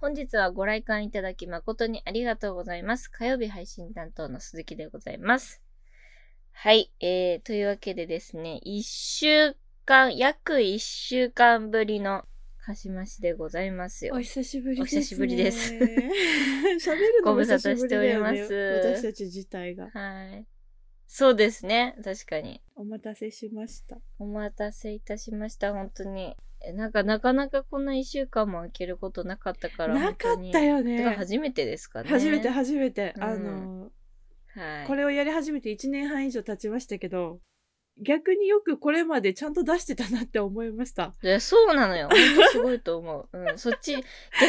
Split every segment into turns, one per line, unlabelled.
本日はご来館いただき誠にありがとうございます。火曜日配信担当の鈴木でございます。はい、えー、というわけでですね、一週間、約一週間ぶりの鹿島市でございますよ
お。久しぶり
お
です、ね。
久しぶりです
喋るのも久しぶりだよ、ね、
ご無沙汰しております
私たち自体が。
はい。そうですね、確かに。
お待たせしました。
お待たせいたしました、本当に。えなんか、なかなかこんな一週間も空けることなかったから。
なか
本
っ
当
た
に
よ
て
ね。
か、初めてですかね。
初めて
は
初めて、
うん
あの、
い。
これをやり始めて1年半以上経ちましたけど、逆によくこれまでちゃんと出してたなって思いました。
いやそうなのよ。本当すごいと思う。うん、そっち、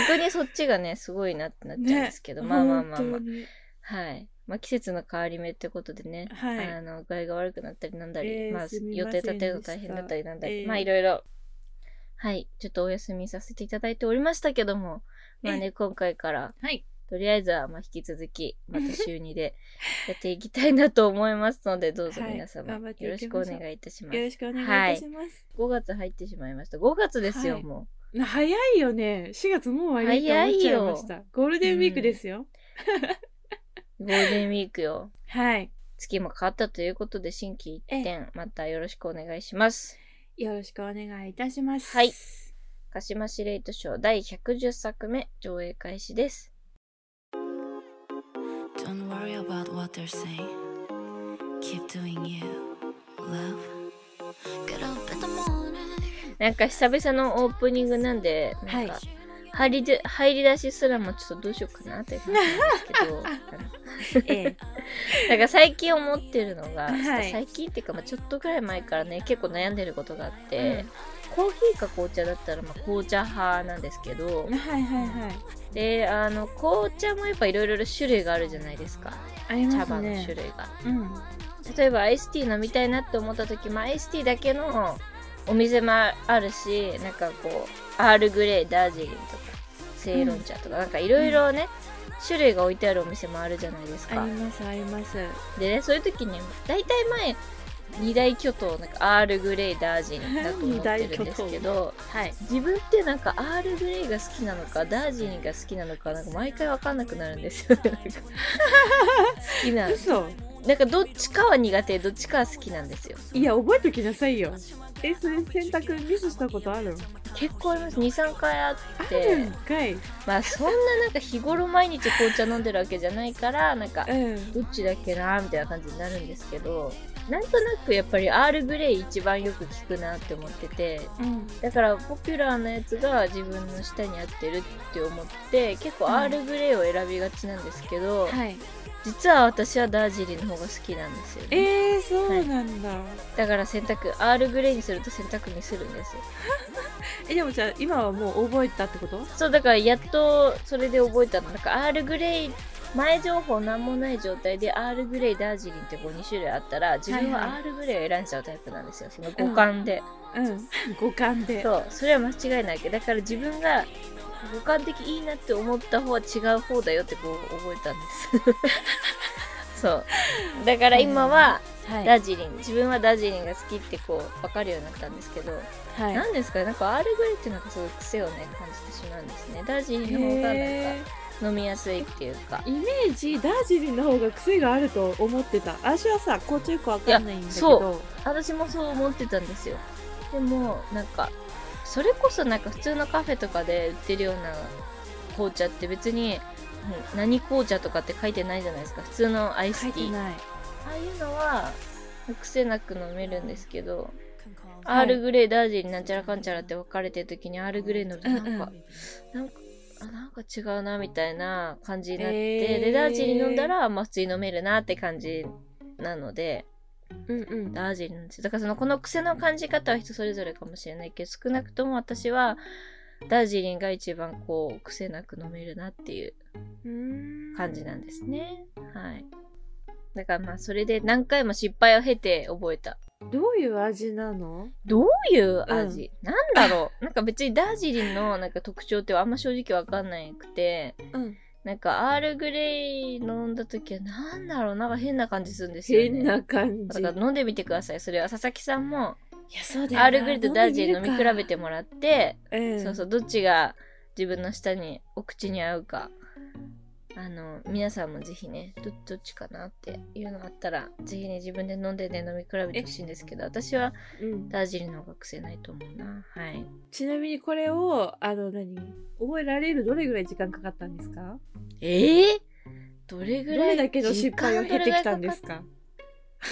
逆にそっちがね、すごいなってなっちゃうんですけど、まあまあまあま
本当
あ。
に
はい。まあ季節の変わり目ってことでね、
はい
あの、具合が悪くなったりなんだり、
えー
まあ
すみ
予
ません
定立てるの大変だったりなんだり、
でしたえー
まあいろいろ、はい、ちょっとお休みさせていただいておりましたけども、まあね、今回から、
はい。
とりあえずはまあ引き続き、また週2で やっていきたいなと思いますので、どうぞ皆様、
はい頑張ってい
よろ
き
し
まし
く
ょ
お
う
願いいたします
よ。ろしくお願いいたします。
5月入ってしまいました。5月ですよ、
はい
もう。
な早いよね。4月もう終わりって思っちゃいました。ゴールデンウィークですよ。
ゴールデンウィークよ。
はい。
月も変わったということで、新規一転、またよろしくお願いします。
よろしくお願いいたします。
はい鹿島司令図賞第110作目、上映開始です。
Don't worry about what they're saying. Keep doing you, love. Get up in the morning.
なんか久々のオープニングなんで、なんか、
はい
入りで入り出しすらもちょっとどうしようかなって感じなんですけど、
ええ、
なんか最近思ってるのが、
はい
ちょっと最近っていうか、まあ、ちょっとぐらい前からね、結構悩んでることがあって、コーヒーか紅茶だったら、まあ、紅茶派なんですけど、
はいはいはい。
であの紅茶もやっぱいろいろ種類があるじゃないですか
あり
茶
ます
葉の種
ね。
類が、
うん。
例えばアイスティー飲みたいなって思った時もアイスティーだけのお店もあるしなんかこうアールグレイダージリンとかセイロン茶とか、なんかいろいろね、種類が置いてあるお店もあるじゃないです
あ
か
りますあります。
でねそういう時に大体前二大巨頭なんかアールグレイダージリンだと思ってるんですけど
はい。
自分ってなんかアールグレイが好きなのかダージリンが好きなのかなんか毎回わかんなくなるんですよね なんか好きな
嘘。
なんかどっちかは苦手どっちかは好きなんですよ
いや覚えときなさいよ。え、それ選択ミスしたことある？
結構あります23回あ
あ
っ
る
て
んかい。
まあそんななんか日頃毎日紅茶飲んでるわけじゃないからなんか
うん。
どっちだっけなみたいな感じになるんですけどなんとなくやっぱりアールグレイ一番よく聞くなって思ってて
うん。
だからポピュラーなやつが自分の舌に合ってるって思って結構アールグレイを選びがちなんですけど、
はい。
実は私はダージリンの方が好きなんですよ、ね、
えー、そうなんだ。
だから選択アールグレイにすると選択にするんです
え、でもじゃあ今はもう覚えたってこと？
そうだからやっとそれで覚えたのなんかアールグレイ前情報なんもない状態でアールグレイダージリンってこう2種類あったら自分
は
はい
は
アールグレイを選んじゃうタイプなんですよその五感で、
うん。 五感で。
そうそれは間違いないわけだから自分が五感的いいなって思った方は違う方だよってこう覚えたんです そうだから今は
はい。
ダージリン自分はダージリンが好きってこう分かるようになったんですけど
はい。
なんですかねなんかアールグレイってなんかすごい癖をね感じてしまうんですねダージリンの方がなん
へ
か飲みやすいっていうか
ーイメージダージリンの方が癖があると思ってた。私はさ、紅茶よくわかんないんだけ
いや
ど。
私もそう思ってたんですよでもなんかそれこそなんか普通のカフェとかで売ってるような紅茶って別にうん何紅茶とかって書いてないじゃないですか普通のアイス
書い
ティ
て
ーあ
ない。
あいうのは癖なく飲めるんですけど、
はい
アールグレイダージリンなんちゃらかんちゃらって分かれてる時にアールグレイ飲むとなんか、
うんうん
なんかあなんか違うなみたいな感じになって、
えー
でダージリン飲んだら、まあ、普通に飲めるなって感じなので
うんうん。
ダージリンなんですよだからそのこの癖の感じ方は人それぞれかもしれないけど少なくとも私はダージリンが一番こう癖なく飲めるなっていう感じなんですねはいだからまあそれで何回も失敗を経て覚えた
どういう味なの
どういう味、なんだろうなんか別にダージリンのなんか特徴ってあんま正直わかんないくて
うん。
なんかアールグレイ飲んだ時はなんだろうなんか変な感じするんですよ、ね、
変な感じ。
だから飲んでみてくださいそれは佐々木さんも
いや、そうだよな
アールグレイとダージリン飲み比べてもらって、
飲んでみるか、
そうそううどっちが自分の舌にお口に合うかあの皆さんもぜひねどどっちかなっていうのあったらぜひね自分で飲んでね飲み比べてほしいんですけど私は
うん、
ダージリンの方が癖ないと思うなはい
ちなみにこれをあの何覚えられるどれぐらい時間かかったんですか
えー、どれ
ど
ぐらい
れだけの失敗を経てきたんです
時間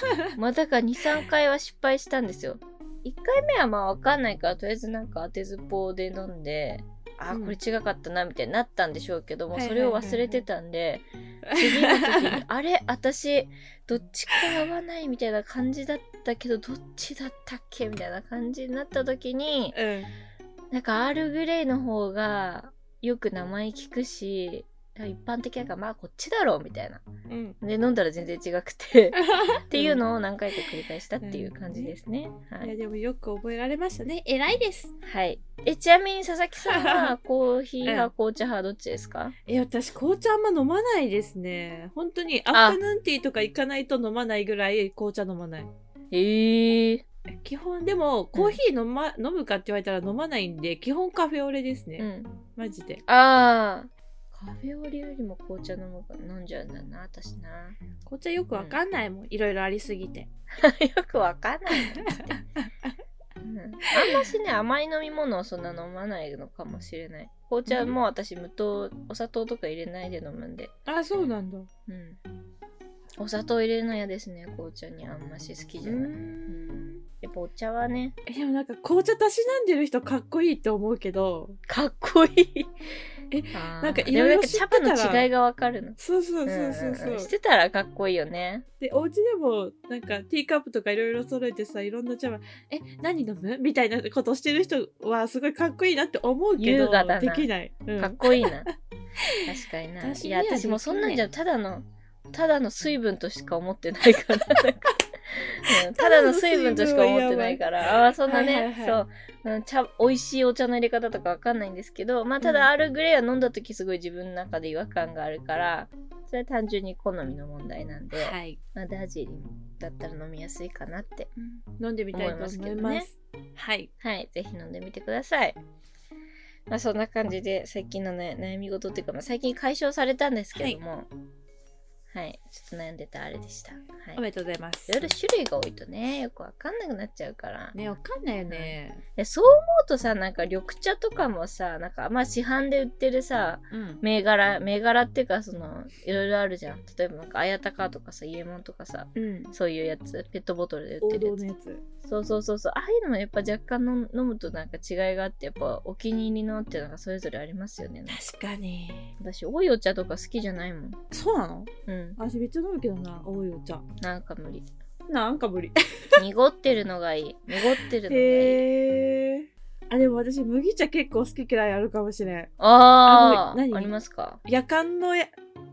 どれぐらいかかっ
か
まあだから23回は失敗したんですよ1回目はまあ分かんないからとりあえずなんか当てずっぽうで飲んであ
う
ー
ん
これ違かったなみたいになったんでしょうけども、
はいはい
そ
はい
れ
は
を
い
忘れてたん で次の時にあれ私どっちか合わないみたいな感じだったけどどっちだったっけみたいな感じになった時に
うん
なんかアールグレイの方がよく名前聞くし一般的だからまあこっちだろうみたいな
うん
で飲んだら全然違くてっていうのを何回か繰り返したっていう感じですね。はい
や
い、
でもよく覚えられましたね偉いです
はい、えちなみに佐々木さん はコーヒー
うん
派紅茶派どっちですか
え私紅茶あんま飲まないですね本当に
あ
アフタヌーンティーとか行かないと飲まないぐらい紅茶飲まない
ええ
基本でもコーヒー飲,、ま飲むかって言われたら飲まないんで基本カフェオレですね、
うん、
マジで
ああカフェオレよりも紅茶飲むか飲んじゃうんだな私な
紅茶よくわかんないもん、いろいろありすぎて
よくわかんないなマジでうん、あんましね甘い飲み物をそんな飲まないのかもしれない紅茶も私無糖お砂糖とか入れないで飲むんで
あそうなんだ
うんお砂糖入れるの嫌ですね紅茶にあんまし好きじゃない、
ん
やっぱお茶はね
えでもなんか紅茶たしなんでる人かっこいいって思うけど
かっこいい
え
あー
なんか
で
いろいろ
もなんか
知
チ
っ
ャ
てた
パ
ら
の違いがわかるの
そうそうそうそうそう、
んんんしてたらかっこいいよね
でお家でもなんかティーカップとかいろいろ揃えてさいろんな茶葉え何飲むみたいなことしてる人はすごいかっこいいなって思うけ
優
ど
雅だな
できない、うん
かっこいい な確かにな
私
い
に
や
は
私もそんなんじゃ
で
ただのただの水分としか思ってないから うんただの水分としか思ってないからああーそんなね、
はいはいはい
そう、うん、茶美味しいお茶の入れ方とかわかんないんですけどまあた
うん
だアールグレイは飲んだ時すごい自分の中で違和感があるからそれは単純に好みの問題なんで、
はい、
まあ、ダージリンだったら飲みやすいかなって
飲んでみたいと思います
思います
はい
はい、ぜひ飲んでみてください。まあそんな感じで最近のね悩み事っていうか、まあ、最近解消されたんですけども、はい、ちょっと悩んでたあれでした。はい。
お
い
めでとうございます
ろいろ種類が多いとね、よくわかんなくなっちゃうから。
ねわかんないよね
でそう思うとさ、なんか緑茶とかもさ、なんかまあ市販で売ってるさ、
うん
銘柄、銘柄っていうかその、いろいろあるじゃん。例えばなんか綾鷹とかさ、伊右衛門とかさ、
うん
そういうやつ、ペットボトルで売っ
王
てるや
道
つ
の。やつ
そうそうそうそうああいうのもやっぱ若干の飲むとなんか違いがあってやっぱお気に入りのっていうのがそれぞれありますよね
確かに
私多いお茶とか好きじゃないもん
そうなの
うん
私めっちゃ飲むけどな多いお茶
なんか無理
なんか無理
濁ってるのがいい濁ってるのがいい、
へえあでも私麦茶結構好き嫌いあるかもしれん
ああ
あの何
ありますか
夜間のや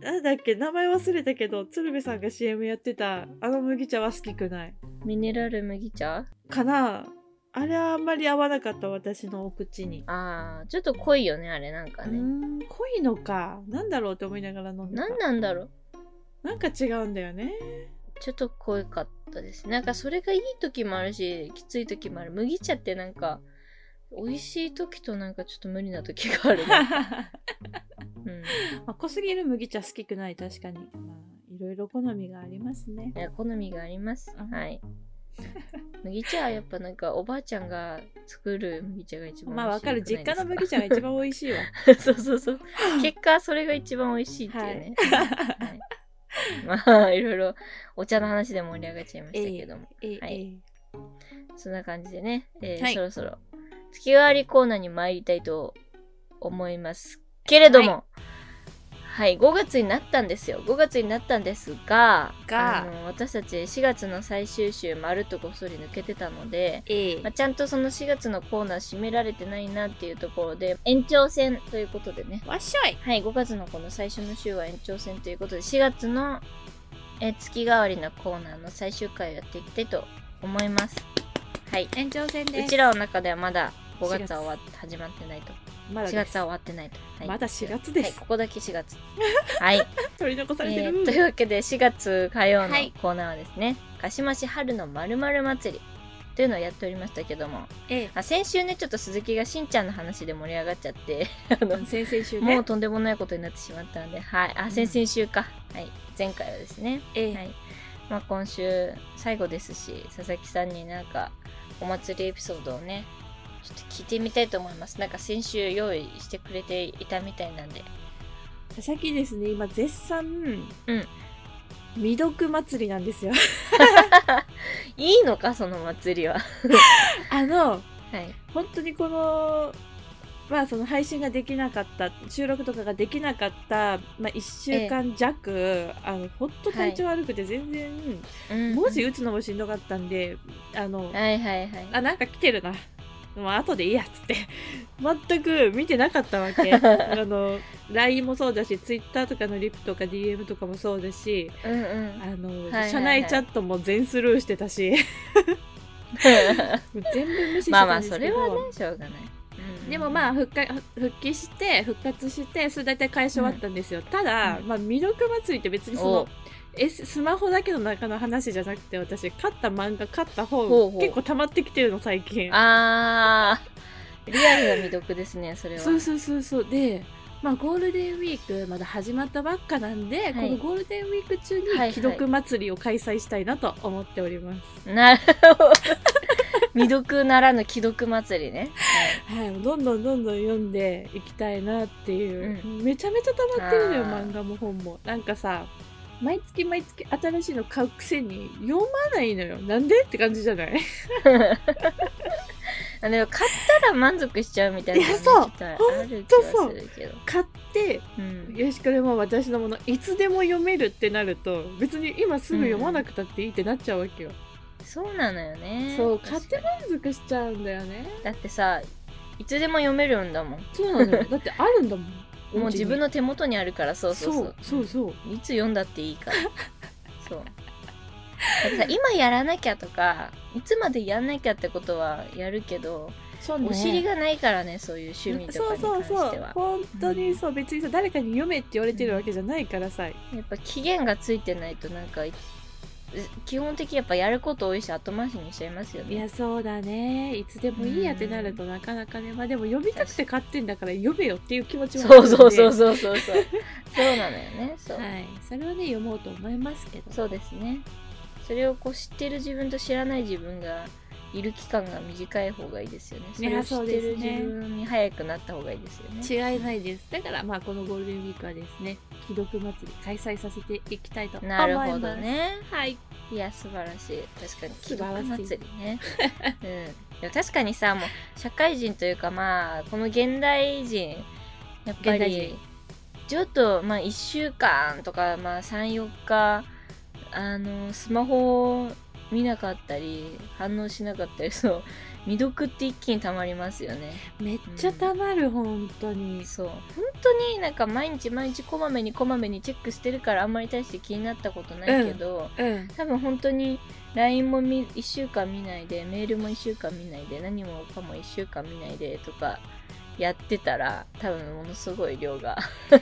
なんだっけ名前忘れたけど鶴瓶さんが CM やってたあの麦茶は好きくない
ミネラル麦茶
かなあれはあんまり合わなかった私のお口に
あーちょっと濃いよねあれなん
う
か
ー
ね
ん濃いのかなんだろうって思いながら飲んでた
何なんだろう
なんか違うんだよね
ちょっと濃かったですなんかそれがいい時もあるしきつい時もある麦茶ってなんか美味しい時となんかちょっと無理な時がある ね、うん
まあ、濃すぎる麦茶好きくない確かにまあいろいろ好みがありますね
いや好みがあります。
うん
はい。麦茶はやっぱなんかおばあちゃんが作る麦茶が一番
まあわかる
美味し
実
い
家
くな
の
いで
麦茶が一番美味しいわ
すかそうそうそう。 結果それが一番美味しいっていうね。はいまあいろいろお茶の話で盛り上がっちゃいましたけども、
ええ
はい
ええ
そんな感じでね、えー
はい
そろそろ月替わりコーナーに参りたいと思いますけれども、はい、5月になったんですよ。5月になったんですが、
が
あの私たち4月の最終週、まるっとこっそり抜けてたので、
ええ
まあ、ちゃんとその4月のコーナー締められてないなっていうところで、延長戦ということでね、
わっしょい
はい、5月のこの最初の週は延長戦ということで、4月のえー月替わりのコーナーの最終回をやっていきたいと思います。はい。
延長戦で
う
す
ちらの中ではまだ5
4
月
月
は終わっ始まってないと。
まだ
4
です
月は終わってないと。はい、
まだ4月です、
はい、ここだけ4月。 はい。
取り残されて
え
る、
ーというわけで4月火曜の
はい
コーナーはですね、鹿島市春のまるまる祭りというのをやっておりましたけども
え
あ先週ねちょっと鈴木がしんちゃんの話で盛り上がっちゃって あの
え、先々週
も
ね
う。とんでもないことになってしまったんで、はい。
う
あ、
ん
先々週か。はい。前回はですね。
ええ
はい。まあ今週最後ですし、佐々木さんになんかお祭りエピソードをね、ちょっと聞いてみたいと思います。なんか先週用意してくれていたみたいなんで。
佐々木ですね、今絶賛、
うん。
未読祭りなん ですよ。
いいのか、その祭 りは。
あの、
はい。
本当にこの、まあその配信ができなかった、収録とかができなかった、まあ1週間弱、あの、ほんと体調悪くて全然、
うん
文字打つのもしんどかったんで、あの、
はいはいはい。
あ、なんか来てるな。もう後でいいやっつって。 全く見てなかったわ け。あの、LINE もそうだし、Twitter とかのリプとか DM とかもそうだし、
うんうん。
あの、
いはいはい
社内チャットも全スルーしてたし、 全部無視し て
まあ
た
ま
ん
あ、
ですけ
それ
ど。
はね、しょうがない。
でもま
あ、
あ復活復帰して復活してそれ大体解消終わったんですよ、ただ、
うん
まあ、魅力祭りって別にそ
お
のえスマホだけの中の話じゃなくて私買った漫画買った本
ほうほう
結構溜まってきてるの最近
あー、リアルな未読ですね、それは。
そうそうそうそうでまあゴールデンウィークまだ始まったばっかなんで、このゴールデンウィーク中に
はいはい
既読祭りを開催したいなと思っております、
なるほど。未読ならぬ既読祭りね。
はい、どんどんどんどん読んでいきたいなっていう、めちゃめちゃ溜まってるのよ
あー
漫画も本もなんかさ毎月毎月新しいの買うくせに読まないのよなんでって感じじゃない
あでも買ったら満足しちゃうみたいなのね、
いやそう
ちょっとある気はするけど。
買って
うん、
よしこれもう私のものいつでも読めるってなると別に今すぐ読まなくたっていいってなっちゃうわけよ、
そうなのよね。
そう買って
確か
満足しちゃうんだよね
にだってさ、いつでも読めるんだもん。
そうな のよだってあるんだもん
もう自分の手元にあるから、そうそうそう。
そうそうそう
いつ読んだっていいから。そう。だってさ今やらなきゃとかいつまでやんなきゃってことはやるけど、
そうね
お尻がないからねそういう趣味とかに関して
そう
は
そうそう本当にそう、別にさ誰かに読めって言われてるわけじゃないからさ、
やっぱ期限がついてないとなんかい基本的にやっぱやること多いし後回しにしちゃいますよ
いや
ね。
そうだねいつでもいいやってなるとなかなかねまあでも読みたくて買ってんだから読めよっていう気持ちもある
そ
ん
う
で
そうそうそうそうそう。そうなのよね。そう、
はいそれはね読もうと思いますけど
そうですね。それをこう知ってる自分と知らない自分がいる期間が短い方がいいですよね。そ
い
れを
や
知ってる自分に早くなった方がいいですよね。
違いないですだからまあこのゴールデンウィークはですね既読祭り開催させていきたいと思います
なるほどね。
はい
いや素晴らしい確かに
素
既
晴らしい
読祭り ね、うん、でも確かにさもう社会人というかまあこの現代人やっぱ
現代
り
人
ちょっとまあ1週間とか、まあ、34日あのスマホを見なかったり反応しなかったりそう未読って一気にたまりますよね
めっちゃたまる本当に
そう本当になんか毎日毎日こまめにこまめにチェックしてるからあんまり大して気になったことないけど、
うん
多分本当に LINE もみ1週間見ないでメールも1週間見ないで何もかも1週間見ないでとかやってたら多分ものすごい量が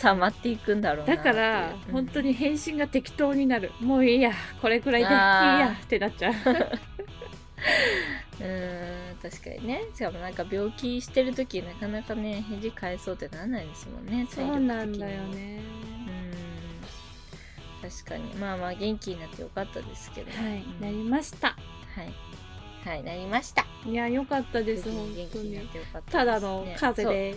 溜まっていくんだろうな
だ
っていう
から、
うん
本当に返信が適当になるもういいやこれくらいでいい
あー
やってなっ ちゃう
うーん確かにねしかもなんか病気してる時なかなかね返事返そうってならないですもんね
そうなんだ
体力的に
よ
も
ね
うーん確かにまあまあ元気になってよかったですけど
はい
うん
なりました
はい、はい、なりました
いやよかったです
無事に
本
元気
当
になっ
に
てよかったです
ただの
ね
風
そう
で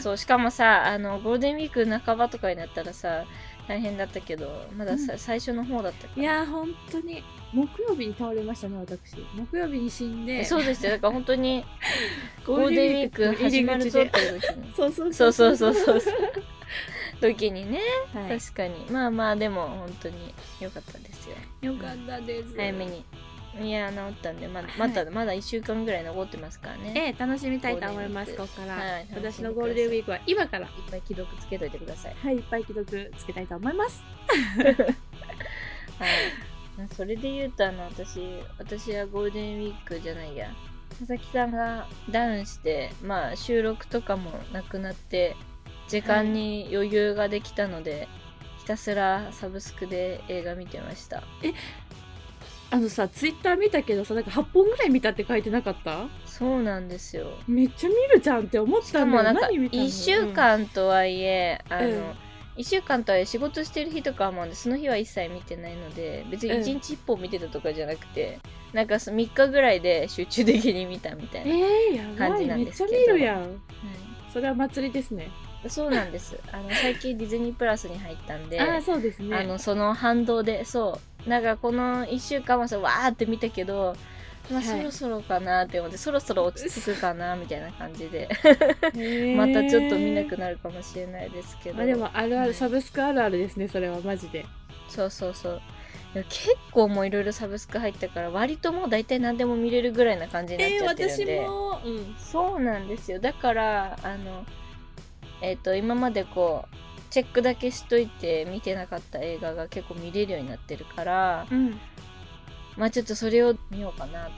そうしかもさあのゴールデンウィーク半ばとかになったらさ大変だったけどまださ、
う
最初の方だったから
いや本当に木曜日に倒れましたね私木曜日に死んで
えそうでしたよだから本当に
ゴ
ゴールデンウィーク始まるぞっていう時に
そうそう
そうそうそうそうそう時にね、
はい
確かにまあまあでも本当に良かったですよ
よかったです
早めにいや治ったんでまだ
はい
まだ、まだ1週間ぐらい残ってますからね
ええ楽しみたいと思います
ゴールデンウィーク
ここから、
はい
私のゴールデンウィークは今から
いっぱい既読つけといてください
はいいっぱい既読つけたいと思います
はい、それで言うとあの私私はゴールデンウィークじゃないや佐々木さんがダウンして、まあ、収録とかもなくなって時間に余裕ができたので、ひたすらサブスクで映画見てました
あのさツイッター見たけどさなんか8本ぐらい見たって書いてなかった
そうなんですよ
めっちゃ見るじゃんって思っ
したか
ん
も
だよ
なんか
何見たの
1週間とはいえ、あ
うん
の1週間とはいえ仕事してる日とかはもうその日は一切見てないので別に1日1本見てたとかじゃなくて、なんかそ3日ぐらいで集中的に見たみたい
え
な、は
ー、やば
感じ
い
なん
めっ
で
ち
す
ゃ
け
見
ど
るやんそれは祭りですね
い、そうなんですあの最近ディズニープラスに入ったんで
ああそうですね
あのその反動でそうなんかこの1週間はそうわーって見たけど、まあ、
はい
そろそろかなって思って、そろそろ落ち着くかなみたいな感じで
へ ー
またちょっと見なくなるかもしれないですけど
まあでもあるあ
は
る
い
サブスクあるあるですねそれはマジで
そうそうそういや結構もういろいろサブスク入ったから割ともう大体何でも見れるぐらいな感じになっちゃってるんで、
もうん
そうなんですよだからあのえっ、と今までこうチェックだけしといて見てなかった映画が結構見れるようになってるから
うん
まあちょっとそれを見ようかなと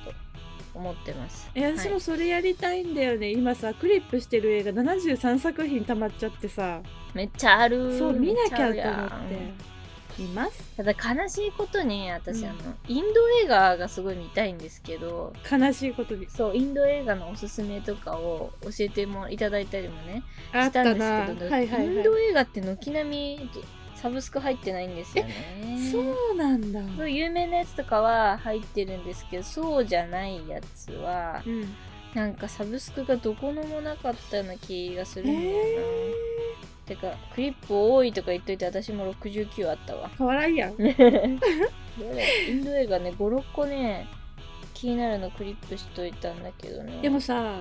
思ってます
え私もそれやりたいんだよね、今さクリップしてる映画73作品たまっちゃってさ
めっちゃある
そう見なき
め
ゃ
っち
と
ある
思
や
っ
ん
て見ます
ただ悲しいことに私、
うん
あのインド映画がすごい見たいんですけど
悲しいことに
そうインド映画のおすすめとかを教えてもいただいたりもね
あ
し
った
んで
たな
すけど、
はいはい
イン
は
ド映画って軒並みサブスク入ってないんですよね
いそうなんだう
そう有名なやつとかは入ってるんですけどそうじゃないやつは
ん
なんかサブスクがどこのもなかったような気がするんだよな、
え
てかクリップ多いとか言っといて私も69あった わ
ー、かわらんやん
インド映画ね56個ね気になるのクリップしといたんだけどね
でもさ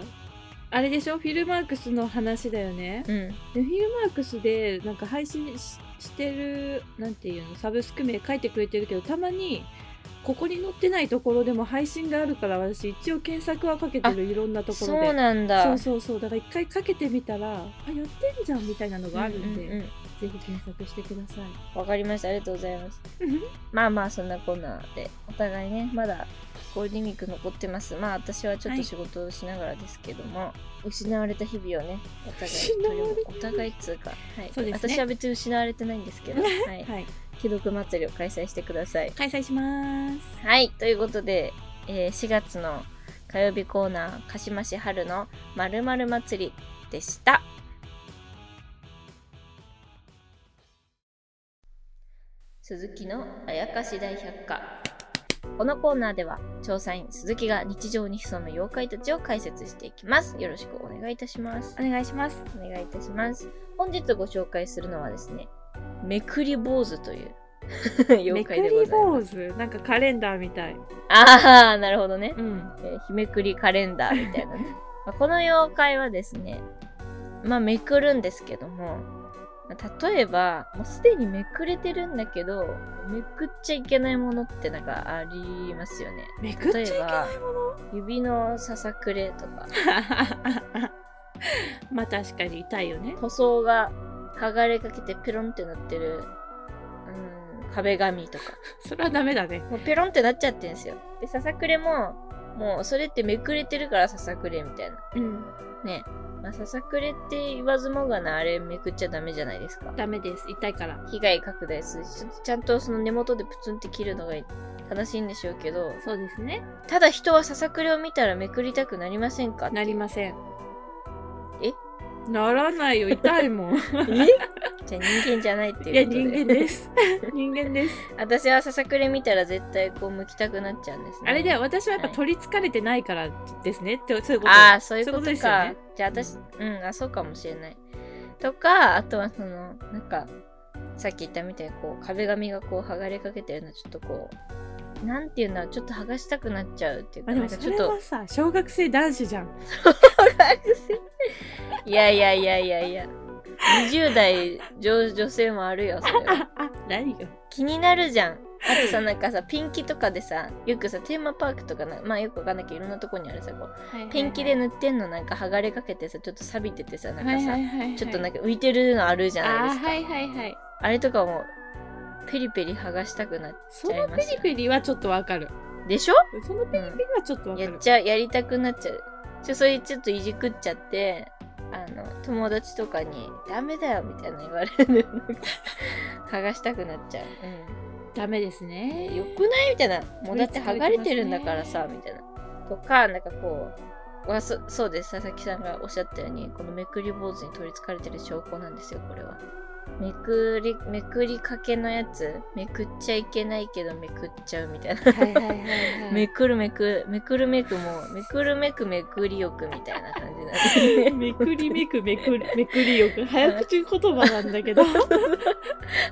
あれでしょフィルマークスの話だよね
うん
でフィルマークスでなんか配信ししてるなんていうのサブスク名書いてくれてるけどたまにここに載ってないところでも配信があるから私一応検索はかけてるいろんなところで
そうなんだ
そうそうそうだから一回かけてみたらあやってんじゃんみたいなのがあるんで、
うんうんうん
ぜひ検索してください
わかりました。ありがとうござい ます
うん。
まあまあ、そんなこんなで、お互いね、まだゴールデンウィーク残ってます。まあ、私はちょっ
は
と
い
仕事をしながらですけども、失われた日々をね、お互い
失われた日々
お互いっつうか、はい
そうですね
私は別に失われてないんですけど、はい。
はい
既読祭りを開催してください。
開催します
はい、ということで、えー4月の火曜日コーナー、鹿島市春のまるまる祭りでした。鈴木のあやかし大百科。このコーナーでは、調査員鈴木が日常に潜む妖怪たちを解説していきます。よろしくお願いいたします。
お願いします
お願いいたします。本日ご紹介するのはですね、めくり坊主という
め
妖
く
怪で
り
ございます。
坊主なんかカレンダーみたい
ああ、なるほどね。
うん
えー日めくりカレンダーみたいなね。まあこの妖怪はですね、まあめくるんですけども、まあ例えば、もうすでにめくれてるんだけど、めくっちゃいけないものってなんかありますよね。
めくっちゃい
例え
け
ば
ないも
指のささくれとか、
の まあ確かに痛いよね
塗装が剥がれかけてペロンってなってる、うん、壁紙とか。
それはダメだね
もうペロンってなっちゃってるんですよ。で、ささくれも、もうそれってめくれてるからささくれみたいな。
うん
ねまあ、ささくれって言わずもがなあれめくっちゃダメじゃないですか
ダメです痛いから
被害拡大するしちゃんとその根元でプツンって切るのが正しいんでしょうけど
そうですね
ただ人はささくれを見たらめくりたくなりませんか
なりません
え
ならないよ痛い もんい
じゃあ人間じゃないってい
や
うことで
人間です 人間です
私はささくれ見たら絶対こう向きたくなっちゃうんですね
あれだよ、私はやっぱ取りつかれてないからですねって、そういうこと。
ああそういうことか
そういうことですよね
じゃあ私うんあそうかもしれないとかあとはそのなんかさっき言ったみたいにこう壁紙がこう剥がれかけてるのちょっとこうなんていうのちょっと剥がしたくなっちゃうっていう
ま
かな
あでも
んか
そ
ちょっ
れ
と
はさ、小学生男子じゃん。
いやいやいやいやいや20代女女性もあるよそれは
あ、あ、何が
気になるじゃんあとさなんかさピンキとかでさよくさテーマパークとかなまあよくわかんないけどいろんなとこにあるさこうペンキで
な
塗ってんのなんか剥がれかけてさちょっと錆びててさなんかさ、ちょっとなん
か
か浮いてるのあるじゃないですか。あ,、
はいはいはい。
れとかも、ペリペリ剥がしたくなっ
そのペリペリはちょっとわかる。
でしょ
そのペリペリはちょっとわか
や
る
っ。ちゃ、やりたくなっちゃう。ちょ、それちょっといじくっちゃって、あの、友達とかに、ダメだよみたいな言われる。剥がしたくなっちゃう。
ダメですね
よくないみたいな。もうだって剥がれてるんだからさ、みたいな。とか、なんかこう、わそそうです。佐々木さんがおっしゃったように、このめくり坊主に取りつかれてる証拠なんですよ、これは。めくり、めくりかけのやつ、めくっちゃいけないけどめくっちゃうみたいな。
はいはいはいはい
めくるめく、めくるめくも、めくるめくめくりよくみたいな感じなんですね
めくりめくめくりめくりよく早口言葉なんだけ ど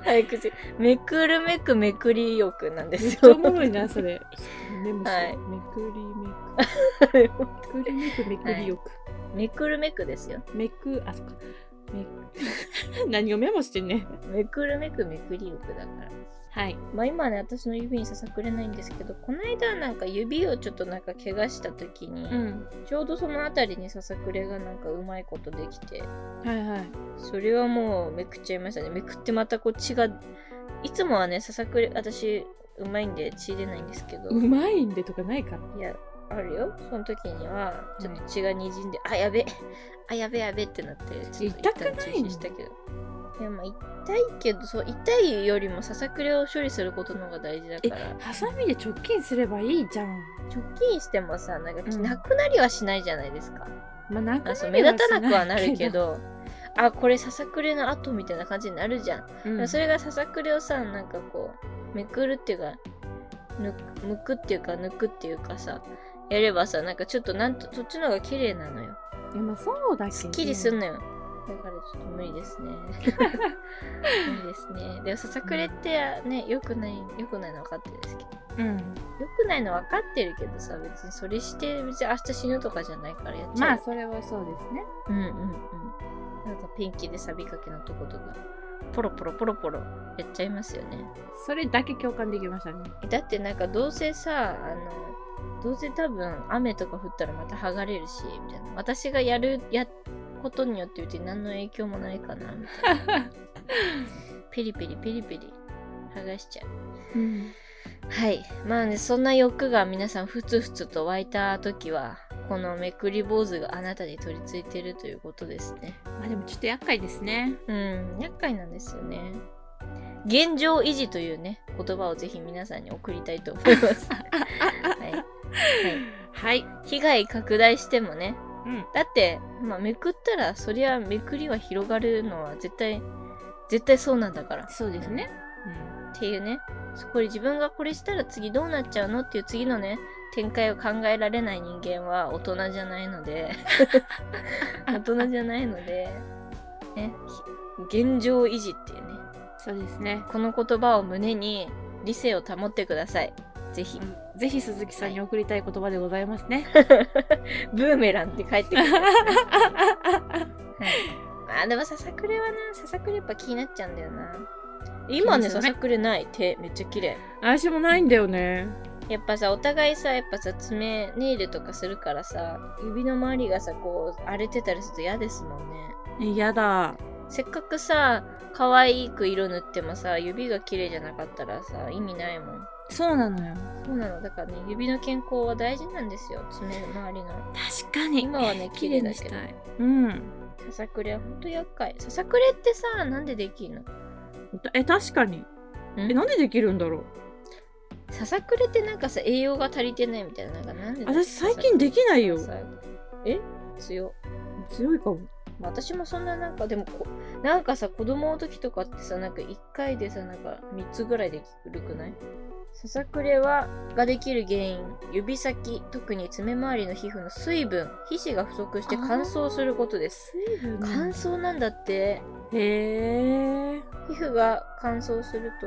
早口。めくるめくめくりよくなんで
めっ
す
ちゃお
よ。
もろいなそれメモしよう
はい
めくりめくめくりめくめくりよく、
めくるめくですよ。
めくあそっかめく 何をメモしてんねん
めくるめくめくりよくだから。
はい
まあ今ね、私の指にささくれないんですけど、この間なんか指をちょっとなんか怪我した時に、
うん
ちょうどその辺りにささくれがなんかうまいことできて、
はいはい
それはもうめくっちゃいましたね。めくってまたこう血が、いつもはね、ささくれ、私うまいんで血出ないんですけど、
うまいんでとかないから
いや、あるよ。その時には、ちょっと血がにじんで、あ、やべえ、あ、やべえやべえってなって、ちょっと
痛くない
一旦中止したけど。いや、まあ痛いけど、そう、痛いよりもささくれを処理することの方が大事だ
え
から、
ハサミで直近すればいいじゃん
貯金してもさ、なんか、
うん
なくなりはしないじゃないですか。
まあなく
あそう
な
目
りは
立たなくはなるけ
し
ど、あ、これささくれの後みたいな感じになるじゃん。
いけど、うん
それがささくれをさ、なんかこう、めくるっていうか、ぬむくっていうか、抜くっていうかさ、やればさ、なんかちょっと、なんと、そっちの方が綺麗なのよ。
いやまあそうだけど
すっきりすんのよ。だからちょっと無理ですね。無理ですね。でもささくれってね、良くない、良くないの分かってるんですけど。
うん
良くないの分かってるけどさ、別にそれして、別に明日死ぬとかじゃないからやっちゃう。
まあそれはそうですね
うんうんうん。なんかペンキでサビかけのとことか、ポロポロポロポロやっちゃいますよね。
それだけ共感できましたね
えだってなんかどうせさあのどうせ多分雨とか降ったらまた剥がれるしみたいな私がやるやことによってうち何の影響もないかなみたい なペリペリペリペリ剥がしちゃう
うん
はいまあねそんな欲が皆さんふつふつと湧いた時はこのめくり坊主があなたに取り付いてるということですね
まあでもちょっと厄介ですね
うん厄介なんですよね現状維持というね言葉をぜひ皆さんに送りたいと思います、はいはい
はい
被害拡大してもね
うん
だって、まあ、めくったらそりゃめくりは広がるのは絶対絶対そうなんだから
そうですね
っていうねそこで自分がこれしたら次どうなっちゃうのっていう次のね展開を考えられない人間は大人じゃないの で大人じゃないのでねひ現状維持っていうね
そうですね
この言葉を胸に理性を保ってくださいぜひ
ぜひ鈴木さんに送りたい言葉でございます ね。
ブーメランって帰ってく るやつね、はい、あでもささくれはなささくれやっぱ気になっちゃうんだよな今ね
そう
さ
ですよ
さ
ね
くれない手めっちゃ綺麗
私もないんだよね。
やっぱさお互いさやっぱさ爪ネイルとかするからさ指の周りがさこう荒れてたりすると嫌ですもんね
やだ。
せっかくさ可愛く色塗ってもさ指が綺麗じゃなかったらさ意味ないもん
そうなのよ。
そうなのだからね指の健康は大事なんですよ爪周りの
確かに
今は ね綺麗だけど
い。うん。
ささくれはほんと厄介ささくれってさなんでできんの
え、確かに。え、なんでできるんだろう。
ささくれってなんかさ栄養が足りてないみたいななんかなんでだっけ
私最近できないよ
さえ強っ、
強いかも。
まあ、私もそんななんかでもこなんかさ子供の時とかってさなんか1回でさなんか3つぐらいできるくないささくれはができる原因指先特に爪周りの皮膚の水分皮脂が不足して乾燥することです
水分
乾燥なんだって
へえ。
皮膚が乾燥すると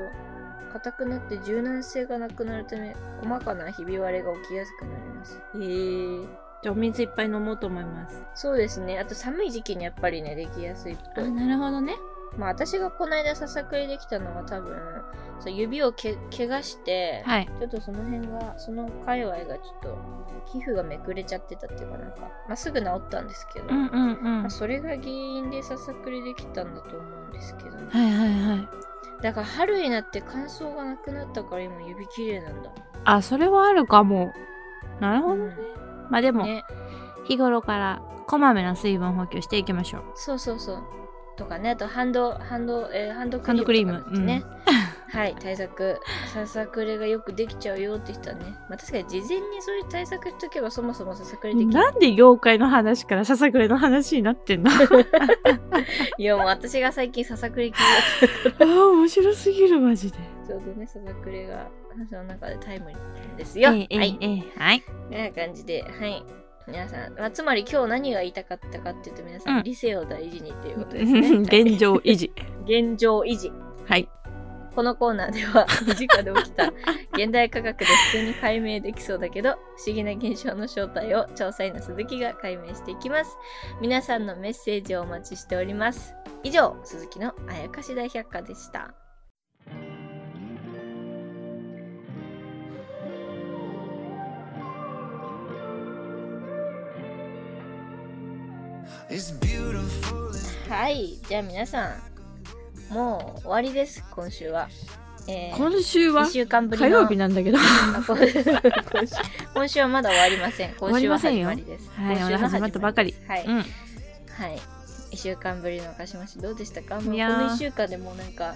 硬くなって柔軟性がなくなるため細かなひび割れが起きやすくなりますへえ
じゃあお水いっぱい飲もうと思います。
そうですねあと寒い時期にやっぱりねできやすいっぽい
なるほどね。
まあ私がこの間ささくれできたのは多分そう指をけ怪我して、
はい。
ちょっとその辺がその界隈がちょっと皮膚がめくれちゃってたっていうかなんか、まあ、すぐ治ったんですけど、
うんうんうん。
ま
は
あ
い
それが原因でささくれできたんだと思うんですけど、ね
はいはい。
だから春になって乾燥がなくなったから今指綺麗なんだ。
あ、それはあるかも。なるほどね。まあでも、
ね、
日頃からこまめな水分補給していきましょう。
そうそうそう。とかね、あとハンド、ハンド、えーハンドクリームとかね。はい、対策。ささくれがよくできちゃうよって人はね。まあ確かに事前にそういう対策しとけばそもそもささくれできる。
なんで妖怪の話からささくれの話になってんの あ
いやもう私が最近ささくれ聞い
あ面白すぎるマジで。
た。ちょうどね、ささくれが話の中でタイムリーなんですよ。はい。
ええはい。
こんな感じで、はい。皆さん、まあ、つまり今日何が言いたかったかっていうと皆さん、
うん
理性を大事にっていうことですね。
現状維持。
現状維持。
はい。
このコーナーでは 身近で起きた現代科学で普通に解明できそうだけど不思議な現象の正体を調査員の鈴木が解明していきます皆さんのメッセージをお待ちしております以上鈴木のあやかし大百科でしたはいじゃあ皆さんもう終わりです今週は、えー、
今週は
1週間ぶり
火
の
曜日なんだけど。
あこ 今週今週はまだ終わりません。今週は
終
始
わ
ま
り
りです。
はい
今週の
まだ始まったばかり
始まりですはい。
うん。
はい。1週間ぶりの鹿島市どうでしたかもうこの
いやー
1週間でもうなんか、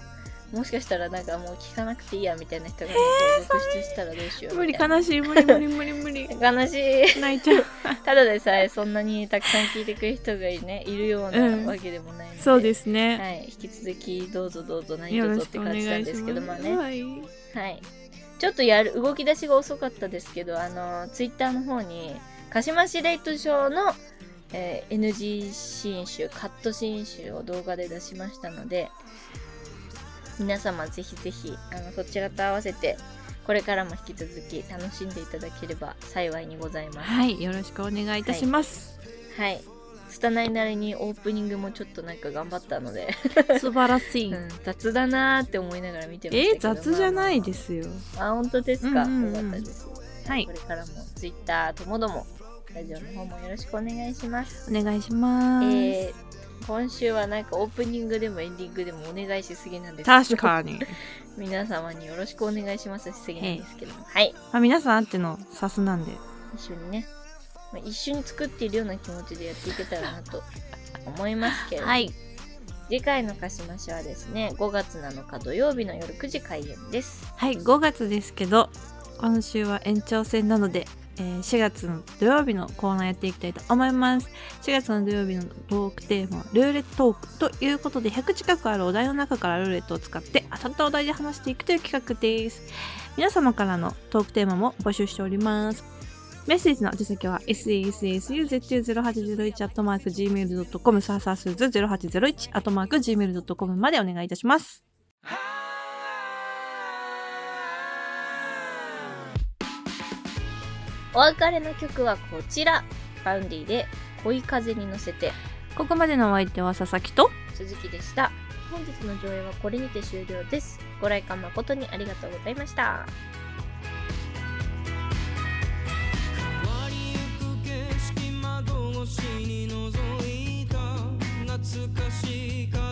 もしかしたらなんかもう聞かなくていいやみたいな人がね続出したらどうしよう
無理
みたい
悲しい無理無理無理無理。
な。悲しい。
泣いちゃう。
ただでさえそんなにたくさん聞いてくれる人がい,、ね、いるよう
うん
なわけでもないので、。
そうですすね。
はい、引き続きどうぞどうぞ何
よ
と
ろ
ぞっ
してくお
感
願い
じ
し
なんです
ます。
けどもね。
はい。
はい。ちょっとやる、動き出しが遅かったですけど、あの、ツイッターの方に、鹿島市レイトショーの、えー NG 新集、カット新集を動画で出しましたので、皆様ぜひぜひ、あの、そちらと合わせて、これからも引き続き楽しんでいただければ幸いにございます。
はい。よろしくお願いいたします。
はい。拙いなりにオープニングもちょっとなんか頑張ったので、
素晴らしい。
うん雑だなーって思いながら見てました
え
けど。
雑じゃない
す
ですよ。
あ、本当ですか。
う
良
んうんうん
かったです。
はい
こ。れからもツイッターともども、ラジオの方もよろしくお願いします。
お願いします。
えー、今週はなんかオープニングでもエンディングでもお願いしすぎなんです
確かに。
皆様によろしくお願いしますしすぎなんですけども、はい。
まあ、皆さんあってのさすなんで。
一緒にね、まあ、一緒に作っているような気持ちでやっていけたらなと思いますけれども、
い。
次回の鹿島市はですね、5月7日土曜日の夜9時開演です。
はい、5月ですけど、今週は延長戦なので、えー4月の土曜日のコーナーやっていきたいと思います。4月の土曜日のトークテーマはルーレットトークということで、100近くあるお題の中からルーレットを使って当たったお題で話していくという企画です。皆様からのトークテーマも募集しております。メッセージの宛先は sassuzu0801-gmail.com サーサースズ 0801-gmail.com までお願いいたします。
お別れの曲はこちら、バウンディで恋風に乗せて、
ここまでのお相手は佐々木と
鈴木でした。本日の上映はこれにて終了です。ご来館誠にありがとうございました。
変わりゆく景色窓越しに覗いた懐かしい風